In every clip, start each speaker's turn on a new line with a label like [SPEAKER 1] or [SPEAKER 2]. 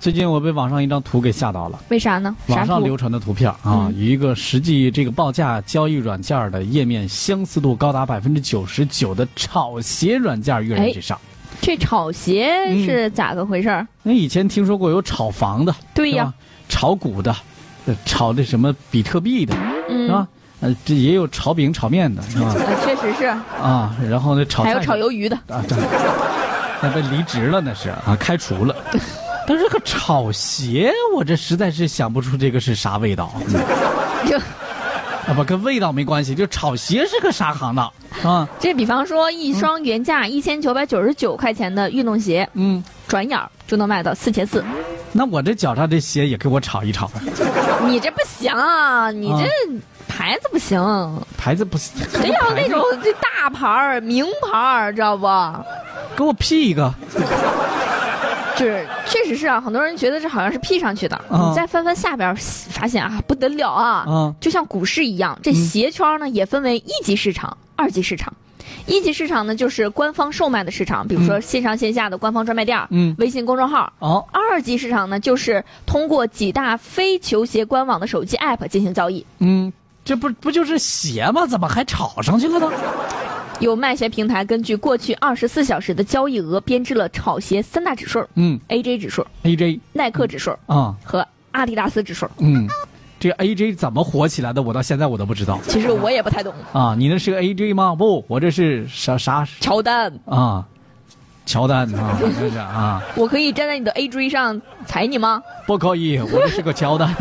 [SPEAKER 1] 最近我被网上一张图给吓到了，
[SPEAKER 2] 为啥呢？
[SPEAKER 1] 网
[SPEAKER 2] 啥
[SPEAKER 1] 上
[SPEAKER 2] 图
[SPEAKER 1] 流传的图片啊，
[SPEAKER 2] 嗯
[SPEAKER 1] 与一个实际这个报价交易软件的页面相似度高达百分之九十九的炒鞋软件跃然纸上。
[SPEAKER 2] 这炒鞋
[SPEAKER 1] 嗯
[SPEAKER 2] 是咋个回事儿？
[SPEAKER 1] 那以前听说过有炒房的，
[SPEAKER 2] 对
[SPEAKER 1] 是
[SPEAKER 2] 呀
[SPEAKER 1] 吧，炒股的，呃炒这什么比特币的，
[SPEAKER 2] 嗯
[SPEAKER 1] 是吧？呃，这也有炒饼、炒面的， 是吧？
[SPEAKER 2] 呃确实是，
[SPEAKER 1] 啊，然后呢，炒
[SPEAKER 2] 还有
[SPEAKER 1] 菜
[SPEAKER 2] 炒
[SPEAKER 1] 的
[SPEAKER 2] 鱿鱼的，
[SPEAKER 1] 啊，对， 那被离职了那是啊，开除 了。但是这个炒鞋，我这实在是想不出这个是啥味道。
[SPEAKER 2] 就
[SPEAKER 1] 啊，不，跟味道没关系，就炒鞋是个啥行当啊？
[SPEAKER 2] 这比方说一双原价一千九百九十九块钱的运动鞋，
[SPEAKER 1] 嗯，
[SPEAKER 2] 转眼儿就能卖到四千四，
[SPEAKER 1] 那我这脚上这鞋也给我炒一炒呗，
[SPEAKER 2] 你这不行，啊，你这牌子不行，
[SPEAKER 1] 牌子不行，
[SPEAKER 2] 得要那种这大牌儿、名牌儿，知道不？
[SPEAKER 1] 给我 P 一个，
[SPEAKER 2] 就是确实是啊，很多人觉得这好像是 P 上去的，
[SPEAKER 1] 嗯
[SPEAKER 2] 你再翻翻下边儿，发现啊不得了啊，
[SPEAKER 1] 嗯
[SPEAKER 2] 就像股市一样，这鞋圈儿呢也分为一级市场、二级市场。一级市场呢就是官方售卖的市场，比如说线上线下的官方专卖店儿、
[SPEAKER 1] 嗯
[SPEAKER 2] 微信公众号。
[SPEAKER 1] 哦，
[SPEAKER 2] 二级市场呢就是通过几大非球鞋官网的手机 app 进行交易，
[SPEAKER 1] 嗯，这不不就是鞋吗？怎么还炒上去了呢？
[SPEAKER 2] 有卖鞋平台根据过去二十四小时的交易额编制了炒鞋三大指数
[SPEAKER 1] 嗯
[SPEAKER 2] ：AJ 指数、
[SPEAKER 1] ，AJ
[SPEAKER 2] 耐克指数
[SPEAKER 1] 啊，
[SPEAKER 2] 和阿迪达斯指数。
[SPEAKER 1] 嗯，这 AJ 怎么火起来的？我到现在我都不知道
[SPEAKER 2] 其实我也不太懂，
[SPEAKER 1] 啊。你那是个 AJ 吗？不，我这是啥啥
[SPEAKER 2] 乔丹，
[SPEAKER 1] 啊？乔丹啊，我这是啊，
[SPEAKER 2] 我可以站在你的 AJ 上踩你吗？
[SPEAKER 1] 不可以，我这是个乔 丹。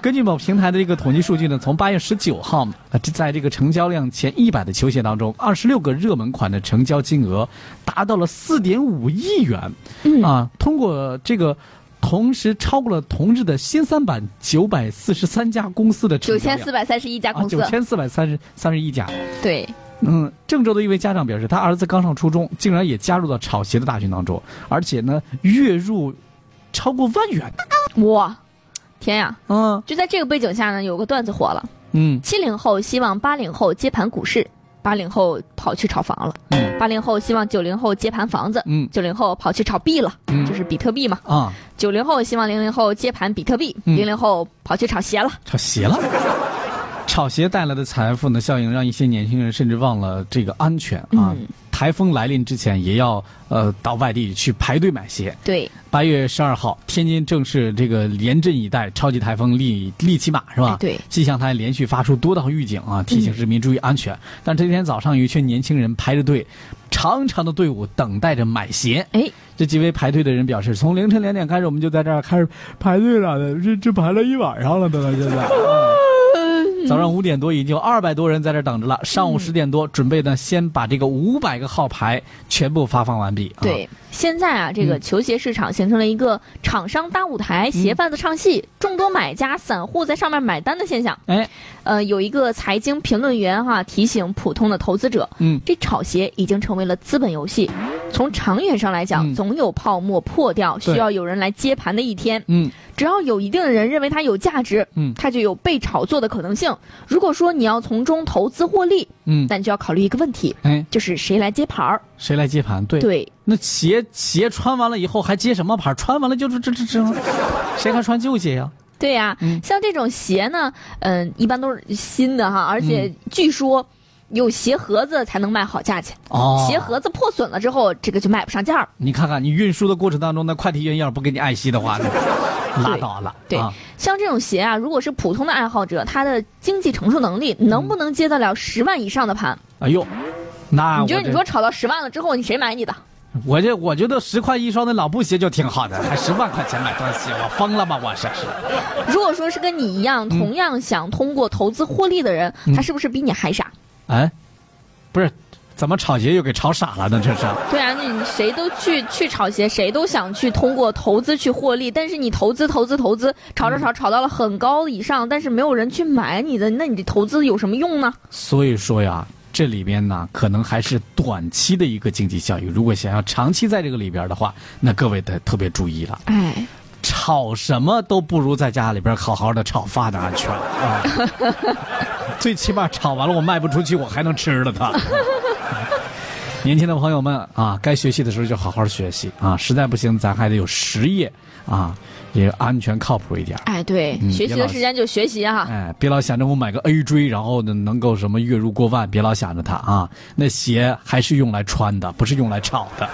[SPEAKER 1] 根据某平台的这个统计数据呢，从八月十九号啊，这在这个成交量前一百的球鞋当中，二十六个热门款的成交金额达到了四点五亿元，
[SPEAKER 2] 嗯
[SPEAKER 1] 啊，通过这个。同时超过了同日的新三板九百四十三家公司的成
[SPEAKER 2] 九
[SPEAKER 1] 交
[SPEAKER 2] 千
[SPEAKER 1] 量
[SPEAKER 2] 四百三十一家
[SPEAKER 1] 啊，
[SPEAKER 2] 公司，
[SPEAKER 1] 九千四百三十三十一家。
[SPEAKER 2] 对，
[SPEAKER 1] 嗯，郑州的一位家长表示，他儿子刚上初中，竟然也加入到炒鞋的大军当中，而且呢，月入超过万元。
[SPEAKER 2] 哇，天呀！
[SPEAKER 1] 嗯
[SPEAKER 2] 就在这个背景下呢，有个段子火了：
[SPEAKER 1] 嗯
[SPEAKER 2] 七零后希望八零后接盘股市，八零后跑去炒房了；
[SPEAKER 1] 嗯
[SPEAKER 2] 八零后希望九零后接盘房子，
[SPEAKER 1] 嗯
[SPEAKER 2] 九零后跑去炒币了，
[SPEAKER 1] 嗯
[SPEAKER 2] 就是比特币嘛；
[SPEAKER 1] 啊，
[SPEAKER 2] 九零后希望零零后接盘比特币，
[SPEAKER 1] 嗯
[SPEAKER 2] 零零后跑去炒鞋了。
[SPEAKER 1] 炒鞋了。炒鞋带来的财富呢效应，让一些年轻人甚至忘了这个安全啊。
[SPEAKER 2] 嗯
[SPEAKER 1] 台风来临之前，也要呃到外地去排队买鞋。
[SPEAKER 2] 对，
[SPEAKER 1] 八月十二号，天津正式这个严阵以待超级台风利利奇马是吧？
[SPEAKER 2] 哎对嗯
[SPEAKER 1] 气象台连续发出多道预警啊，提醒市民注意安全。但这天早上，有一群年轻人排着队，长长的队伍等待着买鞋。
[SPEAKER 2] 哎，
[SPEAKER 1] 这几位排队的人表示，从凌晨两点开始，我们就在这儿开始排队了，这这排了一晚上了，都到现在。啊早上五点多已经有二百多人在这儿等着了，上午十点多准备呢，先把这个五百个号牌全部发放完毕。啊，
[SPEAKER 2] 对，现在啊，这个
[SPEAKER 1] 嗯
[SPEAKER 2] 球鞋市场形成了一个厂商搭舞台、鞋贩子唱戏、众多买家、散户在上面买单的现象。
[SPEAKER 1] 哎，
[SPEAKER 2] 呃，有一个财经评论员哈、提醒普通的投资者，
[SPEAKER 1] 嗯
[SPEAKER 2] 这炒鞋已经成为了资本游戏。从长远上来讲，
[SPEAKER 1] 嗯
[SPEAKER 2] 总有泡沫破掉，需
[SPEAKER 1] 对
[SPEAKER 2] 要有人来接盘的一天。
[SPEAKER 1] 嗯
[SPEAKER 2] 只要有一定的人认为它有价值，
[SPEAKER 1] 嗯
[SPEAKER 2] 它就有被炒作的可能性。如果说你要从中投资获利，
[SPEAKER 1] 嗯，
[SPEAKER 2] 那你就要考虑一个问题，
[SPEAKER 1] 哎，
[SPEAKER 2] 就是谁来接盘儿。
[SPEAKER 1] 谁来接盘？对，
[SPEAKER 2] 对，
[SPEAKER 1] 那鞋鞋穿完了以后还接什么牌？穿完了就是这这这，谁还穿旧鞋呀、
[SPEAKER 2] 对呀、
[SPEAKER 1] 嗯
[SPEAKER 2] 像这种鞋呢，嗯、一般都是新的哈，而
[SPEAKER 1] 嗯
[SPEAKER 2] 且据说有鞋盒子才能卖好价钱，
[SPEAKER 1] 哦，
[SPEAKER 2] 鞋盒子破损了之后，这个就卖不上价儿。
[SPEAKER 1] 你看看，你运输的过程当中，那快递员要不给你爱惜的话， 拉倒了。
[SPEAKER 2] 对
[SPEAKER 1] 啊、
[SPEAKER 2] 像这种鞋啊，如果是普通的爱好者，他的经济承受能力能不能接得了十万以上的盘？
[SPEAKER 1] 哎呦，嗯那
[SPEAKER 2] 你
[SPEAKER 1] 我
[SPEAKER 2] 觉
[SPEAKER 1] 这
[SPEAKER 2] 得你说炒到十万了之后，你谁买你的？
[SPEAKER 1] 我这我觉得十块一双的老布鞋就挺好的，还十万块钱买双鞋，我疯了吧？我这是
[SPEAKER 2] 如果说是跟你
[SPEAKER 1] 嗯
[SPEAKER 2] 一样，同样想通过投资获利的人，他是不是比你还傻？
[SPEAKER 1] 哎，不是怎么炒鞋又给炒傻了呢？这是
[SPEAKER 2] 对啊，那你谁都去去炒鞋，谁都想去通过投资去获利，但是你投资投资投资，炒炒炒炒到了很高以上，但是没有人去买你的，那你的投资有什么用呢？
[SPEAKER 1] 所以说呀，这里边呢，可能还是短期的一个经济效益。如果想要长期在这个里边的话，那各位得特别注意了。
[SPEAKER 2] 哎，
[SPEAKER 1] 炒什么都不如在家里边好好的炒饭的安全啊！最起码炒完了我卖不出去，我还能吃了它。 年轻的朋友们啊，该学习的时候就好好学习啊，实在不行咱还得有实业啊，也安全靠谱一点儿。
[SPEAKER 2] 哎，对，
[SPEAKER 1] 嗯
[SPEAKER 2] 学习
[SPEAKER 1] 别
[SPEAKER 2] 的
[SPEAKER 1] 老
[SPEAKER 2] 时间就学习哈、
[SPEAKER 1] 哎，别老想着我买个 A 锥，然后呢能够什么月入过万，别老想着它啊。那鞋还是用来穿的，不是用来炒的。